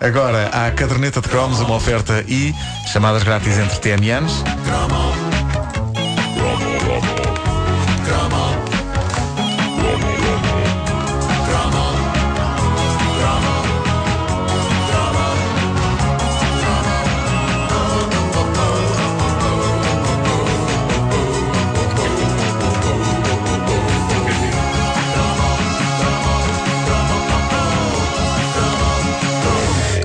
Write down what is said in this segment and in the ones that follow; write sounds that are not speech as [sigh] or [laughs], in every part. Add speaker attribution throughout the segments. Speaker 1: Agora, há a caderneta de cromos, uma oferta e chamadas grátis entre TMNs.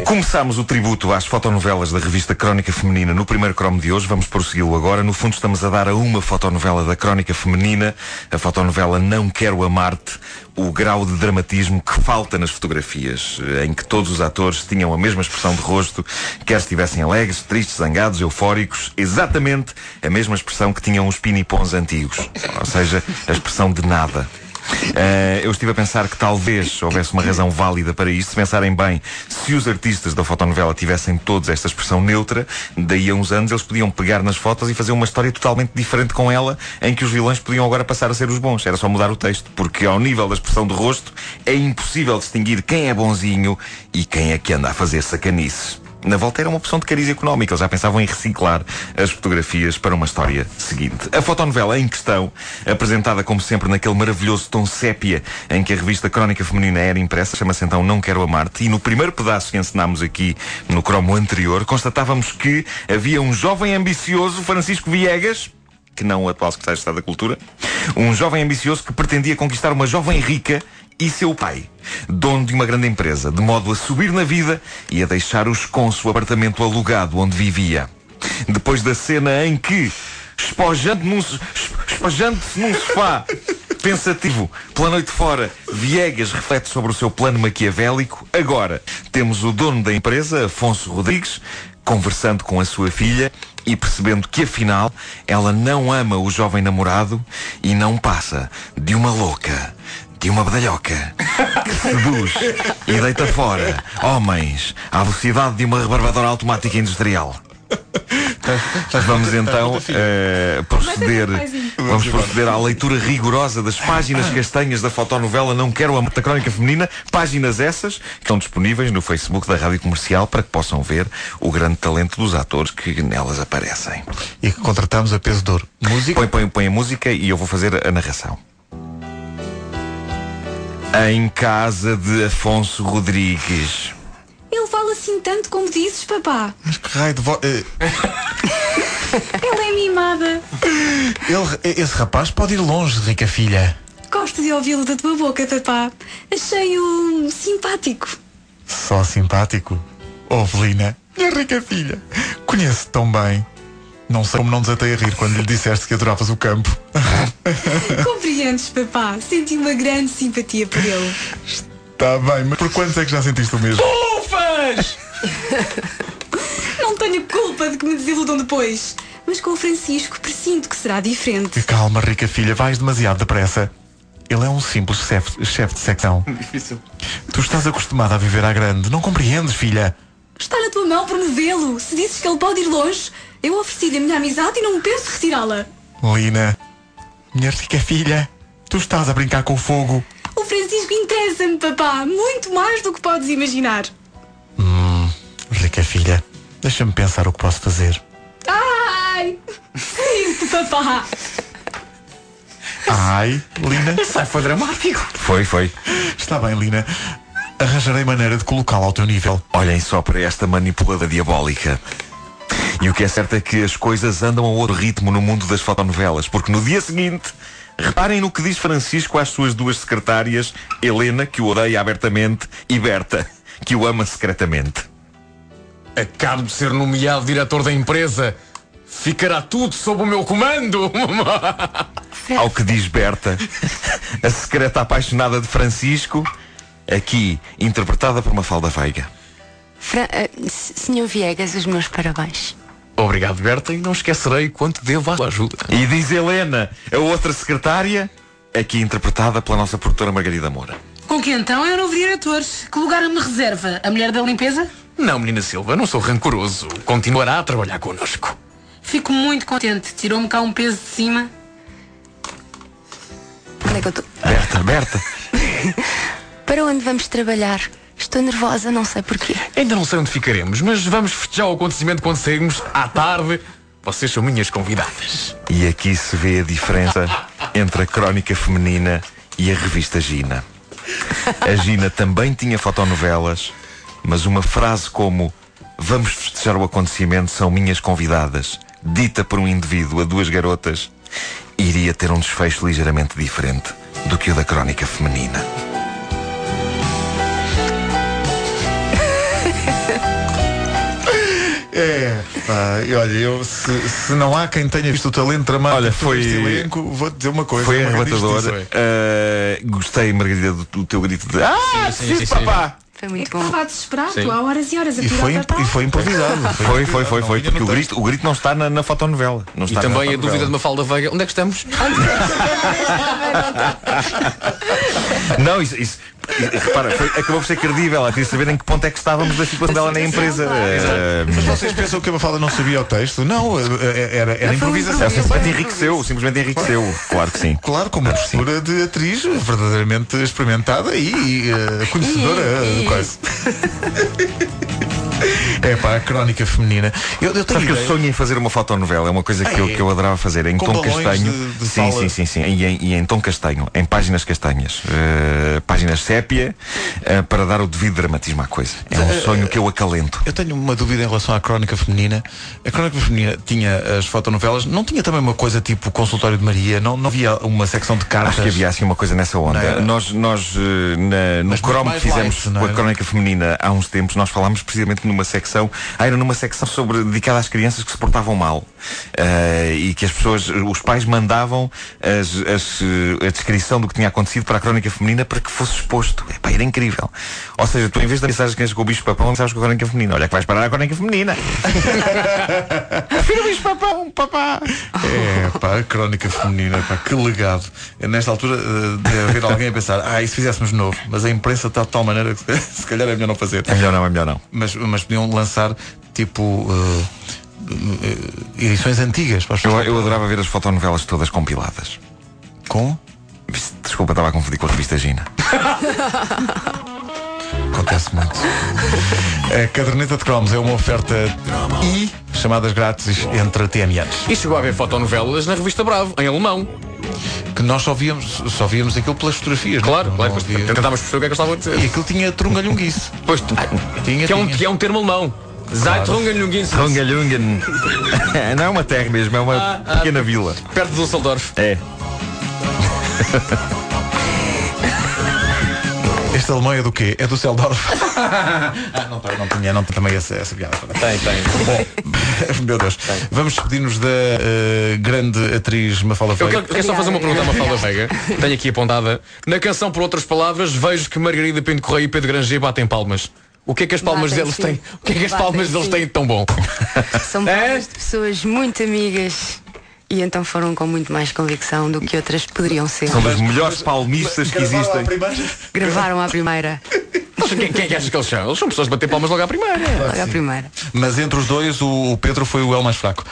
Speaker 2: Começámos o tributo às fotonovelas da revista Crónica Feminina no primeiro cromo de hoje, vamos prossegui-lo agora. No fundo estamos a dar a uma fotonovela da Crónica Feminina, a fotonovela Não Quero Amar-te, o grau de dramatismo que falta nas fotografias, eh, em que todos os atores tinham a mesma expressão de rosto, quer estivessem alegres, tristes, zangados, eufóricos, exatamente a mesma expressão que tinham os pinipons antigos, ou seja, a expressão de nada. Eh, eu estive a pensar que talvez houvesse uma razão válida para isto. Se pensarem bem, se os artistas da fotonovela tivessem todos esta expressão neutra, daí a uns anos eles podiam pegar nas fotos e fazer uma história totalmente diferente com ela, em que os vilões podiam agora passar a ser os bons. Era só mudar o texto, porque ao nível da expressão de rosto é impossível distinguir quem é bonzinho e quem é que anda a fazer sacanices. Na volta era uma opção de cariz económico. Eles já pensavam em reciclar as fotografias para uma história seguinte. A fotonovela em questão, apresentada como sempre naquele maravilhoso tom sépia em que a revista Crónica Feminina era impressa, chama-se então Não Quero Amar-te. E no primeiro pedaço que ensinámos aqui no cromo anterior, constatávamos que havia um jovem ambicioso, Francisco Viegas, que não o atual secretário de Estado da Cultura, um jovem ambicioso que pretendia conquistar uma jovem rica e seu pai, dono de uma grande empresa, de modo a subir na vida e a deixar o esconso apartamento alugado onde vivia. Depois da cena em que, espojando num s- es- espojando-se num sofá, pensativo, pela noite fora, Viegas reflete sobre o seu plano maquiavélico. Agora, temos o dono da empresa, Afonso Rodrigues, conversando com a sua filha e percebendo que afinal ela não ama o jovem namorado e não passa de uma louca, de uma badalhoca que seduz e deita fora homens à velocidade de uma rebarbadora automática industrial. Vamos então eh, proceder, vamos proceder à leitura rigorosa das páginas castanhas da fotonovela Não Quero a Mata Crónica Feminina, páginas essas que estão disponíveis no Facebook da Rádio Comercial para que possam ver o grande talento dos atores que nelas aparecem.
Speaker 1: E que contratamos a peso de ouro. Música.
Speaker 2: Põe, põe, põe a música e eu vou fazer a narração. Em casa de Afonso Rodrigues.
Speaker 3: Ele fala assim tanto como dizes, papá.
Speaker 1: Mas que raio de eh, voz.
Speaker 3: Ela é mimada.
Speaker 1: ele, esse rapaz pode ir longe, rica filha.
Speaker 3: Gosto de ouvi-lo da tua boca, papá. Achei-o simpático.
Speaker 1: Só simpático. Ovelina, minha rica filha. Conheço tão bem. Não sei como não desatei a rir quando lhe disseste que adoravas o campo. [laughs]
Speaker 3: Compreendes, papá. Senti uma grande simpatia por ele.
Speaker 1: Está bem, mas por quantos é que já sentiste o mesmo?
Speaker 3: Não tenho culpa de que me desiludam depois. Mas com o Francisco presinto que será diferente.
Speaker 1: Calma, rica filha, vais demasiado depressa. Ele é um simples chefe chefe de secção. Tu estás acostumada a viver à grande. Não compreendes, filha.
Speaker 3: Está na tua mão promovê-lo. Se dizes que ele pode ir longe, eu ofereci-lhe a minha amizade e não penso retirá-la.
Speaker 1: Lina, minha rica filha, tu estás a brincar com fogo.
Speaker 3: O Francisco interessa-me, papá. Muito mais do que podes imaginar.
Speaker 1: Rica filha, deixa-me pensar o que posso fazer.
Speaker 3: Ai! Sinto, papá.
Speaker 1: Ai, Lina. [laughs] Sai, foi dramático.
Speaker 2: Foi, foi.
Speaker 1: Está bem, Lina. Arranjarei maneira de colocá-la ao teu nível.
Speaker 2: Olhem só para esta manipulada diabólica. E o que é certo é que as coisas andam a outro ritmo no mundo das fotonovelas, porque no dia seguinte, reparem no que diz Francisco às suas duas secretárias, Helena, que o odeia abertamente, e Berta, que o ama secretamente.
Speaker 4: Acabo de ser nomeado diretor da empresa. Ficará tudo sob o meu comando. [laughs]
Speaker 2: Ao que diz Berta, a secreta apaixonada de Francisco, aqui interpretada por uma falda veiga.
Speaker 5: Fra ah, s- Senhor Viegas, os meus parabéns.
Speaker 4: Obrigado, Berta, e não esquecerei quanto devo à ajuda.
Speaker 2: E diz Helena, a outra secretária, aqui interpretada pela nossa produtora Margarida Moura.
Speaker 6: Com que então é o novo diretor? Que lugar me reserva? A mulher da limpeza?
Speaker 4: Não, menina Silva, não sou rancoroso. Continuará a trabalhar connosco.
Speaker 6: Fico muito contente. Tirou-me cá um peso de cima.
Speaker 5: Onde é que eu tô?
Speaker 2: Berta, Berta.
Speaker 5: Para onde vamos trabalhar? Estou nervosa, não sei porquê.
Speaker 4: Ainda não sei onde ficaremos, mas vamos festejar o acontecimento quando sairmos à tarde. Vocês são minhas convidadas.
Speaker 2: E aqui se vê a diferença entre a crónica feminina e a revista Gina. A Gina também tinha fotonovelas, mas uma frase como Vamos festejar o acontecimento, são minhas convidadas, dita por um indivíduo a duas garotas, iria ter um desfecho ligeiramente diferente do que o da crónica feminina.
Speaker 1: É, pá, e olha, eu, se, se não há quem tenha visto o talento dramático
Speaker 2: Olha, foi-
Speaker 1: deste elenco, vou-te dizer uma coisa.
Speaker 2: Foi
Speaker 1: é uma grande
Speaker 2: arrebatador.
Speaker 1: injustiça.
Speaker 2: Ah, gostei, Margarida, do, do teu grito de Ah, sim,
Speaker 4: Sim, sim, sim, sim.
Speaker 2: papá!
Speaker 5: Foi
Speaker 3: É
Speaker 5: muito
Speaker 3: que
Speaker 5: bom.
Speaker 3: estava desesperado
Speaker 4: Sim.
Speaker 3: há horas e horas a
Speaker 1: E
Speaker 3: tirar
Speaker 1: foi,
Speaker 3: o
Speaker 1: imp-
Speaker 3: papel.
Speaker 1: e foi improvisado.
Speaker 2: Foi, foi, foi,
Speaker 1: Não
Speaker 2: foi,
Speaker 1: vinha no
Speaker 2: porque o
Speaker 1: texto.
Speaker 2: grito, o grito não está na, na fotonovela. Não
Speaker 4: E
Speaker 2: está na
Speaker 4: também a
Speaker 2: fotonovela.
Speaker 4: dúvida de Mafalda Veiga. Onde é que estamos?
Speaker 2: Não, isso, isso- repara, foi- acabou por ser credível. Ela queria saber em que ponto é que estávamos da situação dela na empresa.
Speaker 1: é
Speaker 2: Eh,
Speaker 1: Mas vocês pensam que a Mafalda não sabia o texto? Não, eh, era,
Speaker 2: Então,
Speaker 1: era improvisação.
Speaker 2: Ela simplesmente enriqueceu, simplesmente enriqueceu. Claro que sim.
Speaker 1: Claro, com uma postura de atriz verdadeiramente experimentada e eh, conhecedora,
Speaker 5: E-
Speaker 1: eh,
Speaker 5: e-
Speaker 1: quase. É pá, a crónica feminina. Eu, eu tenho
Speaker 2: Sabes que eu
Speaker 1: ideia-
Speaker 2: sonho em fazer uma fotonovela, é uma coisa que eu, que eu adorava fazer, em
Speaker 1: Com
Speaker 2: tom
Speaker 1: balões
Speaker 2: castanho.
Speaker 1: de- de
Speaker 2: sim,
Speaker 1: sala.
Speaker 2: sim, sim, sim. E em, e em tom castanho, em páginas castanhas. Eh, páginas sépia, eh, para dar o devido dramatismo à coisa. É
Speaker 1: eh,
Speaker 2: um sonho que eu acalento.
Speaker 1: Eu tenho uma dúvida em relação à crónica feminina. A crónica feminina tinha as fotonovelas, não tinha também uma coisa tipo consultório de Maria, não, não havia uma secção de cartas.
Speaker 2: Acho que havia assim uma coisa nessa onda.
Speaker 1: Não era?
Speaker 2: Nós, nós eh, na- no
Speaker 1: Mas muito
Speaker 2: cromo que
Speaker 1: mais
Speaker 2: fizemos
Speaker 1: light, não
Speaker 2: com a
Speaker 1: era?
Speaker 2: crónica feminina há uns tempos, nós falámos precisamente numa secção, ah, era numa secção sobre dedicada às crianças que se portavam mal. Eh, e que as pessoas, os pais mandavam as- as, eh, a descrição do que tinha acontecido para a crónica feminina para que fosse exposto. Epá, era incrível. Ou seja, tu em vez de mensagem que crianças com o bicho papão, mensagens com a crónica feminina. Olha é que vais parar a crónica feminina. Prefiro o bicho papão, papá.
Speaker 1: É, pá, a crónica feminina, pá, que legado. Nesta altura eh, deve haver alguém a pensar, ah, e se fizéssemos de novo? Mas a imprensa está de tal maneira que [laughs] se calhar é melhor não fazer.
Speaker 2: É melhor não, é melhor não.
Speaker 1: Mas, mas podiam lançar tipo eh, eh, edições antigas para as
Speaker 2: Eu,
Speaker 1: pessoas.
Speaker 2: eu adorava ver as fotonovelas todas compiladas.
Speaker 1: Com?
Speaker 2: Desculpa, estava a confundir com a revista Gina.
Speaker 1: Acontece muito. A caderneta de cromos é uma oferta e chamadas grátis entre TMNs.
Speaker 4: E chegou a haver fotonovelas na revista Bravo, em alemão.
Speaker 1: Que nós só víamos, só víamos aquilo pelas fotografias. não é?
Speaker 4: Claro,
Speaker 1: Não-
Speaker 4: claro.
Speaker 1: não
Speaker 4: mas
Speaker 1: havia-
Speaker 4: Tentavas perceber o que é que eu estava a dizer.
Speaker 1: E aquilo tinha trungalhunguice.
Speaker 4: Pois,
Speaker 1: Tinha,
Speaker 4: que, é um,
Speaker 1: tinha.
Speaker 4: que é um termo alemão. Zeitrungenjungens,
Speaker 2: Rongalungen. [laughs] Não é uma terra mesmo, é uma
Speaker 5: Ah,
Speaker 2: pequena vila.
Speaker 4: perto de Düsseldorf.
Speaker 2: É.
Speaker 1: Este alemão é do quê? É do Seldorf. [laughs] ah, não, tá, não tinha, não tinha também essa, essa piada.
Speaker 4: Tem, tem.
Speaker 1: [laughs] Meu Deus. Vamos despedir-nos da eh, grande atriz Mafalda
Speaker 4: Eu
Speaker 1: Feio.
Speaker 4: quero, eu quero só fazer uma pergunta à Mafalda Veiga. Tenho aqui apontada. Na canção, por outras palavras, vejo que Margarida Pinto Correia e Pedro Granger batem palmas. O que é que as palmas
Speaker 5: Batem,
Speaker 4: deles
Speaker 5: sim.
Speaker 4: têm? O que é que as
Speaker 5: Batem,
Speaker 4: palmas deles
Speaker 5: sim.
Speaker 4: têm de tão bom?
Speaker 5: São
Speaker 4: É?
Speaker 5: palavras de pessoas muito amigas e então foram com muito mais convicção do que outras poderiam ser.
Speaker 2: São dos melhores palmistas que existem.
Speaker 5: Gravaram à primeira,
Speaker 4: Mas Quem, quem é que achas que eles são? Eles são pessoas de bater palmas logo à primeira.
Speaker 5: logo à primeira.
Speaker 1: Mas entre os dois, o, o Pedro foi o El mais
Speaker 4: [laughs]
Speaker 1: fraco.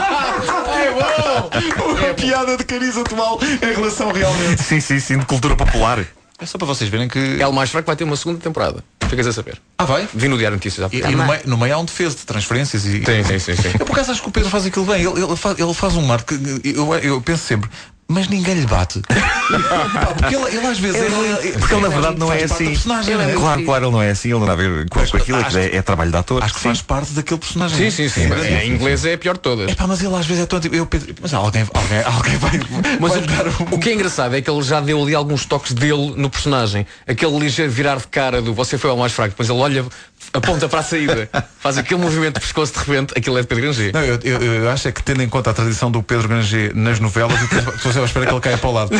Speaker 1: é [laughs] bom! Uma piada de cariz atual em relação realmente.
Speaker 2: Sim, sim, sim, de cultura popular.
Speaker 1: É só para vocês verem que.
Speaker 4: É o mais fraco vai ter uma segunda temporada. Ficas a saber.
Speaker 1: Ah, vai?
Speaker 4: Vi no Diário Notícias há
Speaker 1: E,
Speaker 4: pouco.
Speaker 1: e no, meio, no meio há um defeso de transferências e.
Speaker 4: Sim, sim, sim, sim.
Speaker 1: Eu por acaso acho que o Pedro faz aquilo bem. Ele, ele faz, ele faz um mar que eu, eu penso sempre. Mas ninguém lhe bate. [laughs] Pá, porque ele, ele às vezes. é- é-
Speaker 2: Porque ele na verdade não é
Speaker 1: faz parte
Speaker 2: assim.
Speaker 1: do personagem, não é?
Speaker 2: Claro, claro, ele não é assim, ele não dá a ver com, com aquilo, aquilo é, é trabalho de ator.
Speaker 1: Acho que faz parte daquele personagem.
Speaker 4: Sim, sim, sim. mas Em inglês é a pior de todas.
Speaker 1: É pá, mas ele às vezes é tão tipo. Eu, Pedro, mas alguém, alguém, alguém vai.
Speaker 4: Mas
Speaker 1: vai dar um-
Speaker 4: o, o que é engraçado é que ele já deu ali alguns toques dele no personagem. Aquele ligeiro virar de cara do você foi o mais fraco, depois ele olha, aponta para a saída, faz aquele movimento de pescoço de repente, aquilo é de Pedro Granger.
Speaker 1: Não, eu, eu- eu acho é que tendo em conta a tradição do Pedro Granger nas novelas, e depois as pessoas à espera que ele caia para o
Speaker 2: [laughs]
Speaker 1: lado.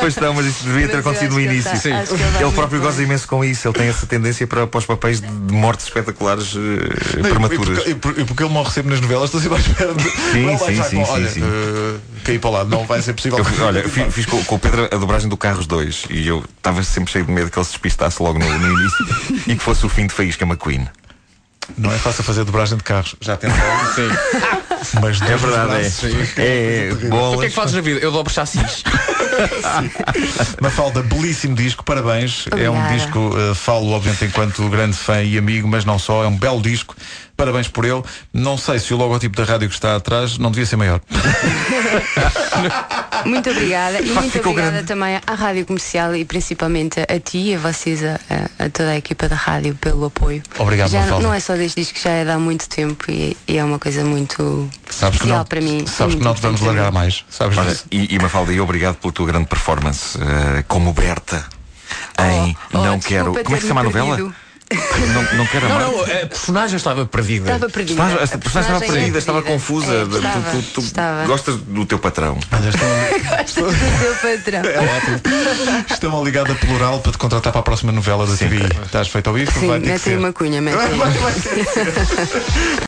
Speaker 2: Pois não, mas isso devia
Speaker 5: Mas
Speaker 2: ter
Speaker 5: eu
Speaker 2: acontecido
Speaker 5: acho
Speaker 2: no
Speaker 5: que ele
Speaker 2: início.
Speaker 5: tá- Sim. acho que ele dá
Speaker 2: Ele próprio
Speaker 5: muito
Speaker 2: goza
Speaker 5: bem.
Speaker 2: imenso com isso, ele tem essa tendência para, para os papéis de de mortes espetaculares eh,
Speaker 1: Não, e-
Speaker 2: prematuras.
Speaker 1: E, porque, e porque ele morre sempre nas novelas, então estou sempre à espera de.
Speaker 2: Sim,
Speaker 1: Não, vai,
Speaker 2: sim,
Speaker 1: vai,
Speaker 2: sim,
Speaker 1: olha,
Speaker 2: sim, sim.
Speaker 1: eh, caí para o lado, não vai ser possível.
Speaker 2: Eu
Speaker 1: [laughs]
Speaker 2: fiz- olha, eu [laughs] fiz, fiz com, com o Pedro a dobragem do Carros 2 e eu estava sempre cheio de medo que ele se despistasse logo no, no [laughs] início e que fosse o fim de Faísca McQueen.
Speaker 1: Não é fácil fazer dobragem de carros. Já tentei.
Speaker 4: Sim.
Speaker 1: Mas
Speaker 2: É verdade, é. É, é,
Speaker 4: O que é
Speaker 2: bolas.
Speaker 4: que fazes na vida? Eu dobro chassis.
Speaker 1: Mafalda, belíssimo disco, parabéns. É um
Speaker 5: Obrigada.
Speaker 1: disco, eh, falo obviamente enquanto grande fã e amigo, mas não só, é um belo disco. Parabéns por ele. Não sei se o logotipo da rádio que está atrás não devia ser maior.
Speaker 5: Muito obrigada e
Speaker 2: facto,
Speaker 5: muito
Speaker 2: ficou
Speaker 5: obrigada
Speaker 2: grande.
Speaker 5: também à Rádio Comercial e principalmente a ti e a vocês, a, a- a toda a equipa da rádio pelo apoio.
Speaker 1: Obrigado,
Speaker 5: já não,
Speaker 1: Mafalda.
Speaker 5: não é só desde disco, já é de há muito tempo e, e é uma coisa muito
Speaker 1: Sabes que
Speaker 5: especial
Speaker 1: não,
Speaker 5: para mim. e
Speaker 1: sabes que
Speaker 5: muito
Speaker 1: não te vamos
Speaker 5: importante para
Speaker 1: largar
Speaker 5: mim.
Speaker 1: mais. Sabes
Speaker 2: Olha,
Speaker 1: disso.
Speaker 2: e, e Mafalda, e obrigado pela tua grande performance eh, como Berta em
Speaker 5: Oh, oh,
Speaker 2: Não
Speaker 5: desculpa
Speaker 2: Quero. Como é que se chama a
Speaker 5: ter-me
Speaker 2: novela?
Speaker 5: perdido.
Speaker 2: Não, não quero
Speaker 4: Não,
Speaker 2: amar.
Speaker 4: não, a personagem estava perdida.
Speaker 5: Estava perdida.
Speaker 2: Eh, Estás-
Speaker 5: A
Speaker 2: a personagem estava
Speaker 5: personagem é
Speaker 2: perdida, estava confusa.
Speaker 5: É,
Speaker 2: Tu-
Speaker 5: estava,
Speaker 2: tu- tu
Speaker 5: estava. [laughs]
Speaker 2: gostas do teu patrão.
Speaker 1: [laughs]
Speaker 5: Gostas do teu
Speaker 2: É
Speaker 5: patrão.
Speaker 1: É Estão ligada plural para te contratar para a próxima novela da TV. Estás feito ao bico? [laughs]
Speaker 5: Sim,
Speaker 1: Vai ter que
Speaker 5: metem
Speaker 1: ser.
Speaker 5: uma cunha, metem.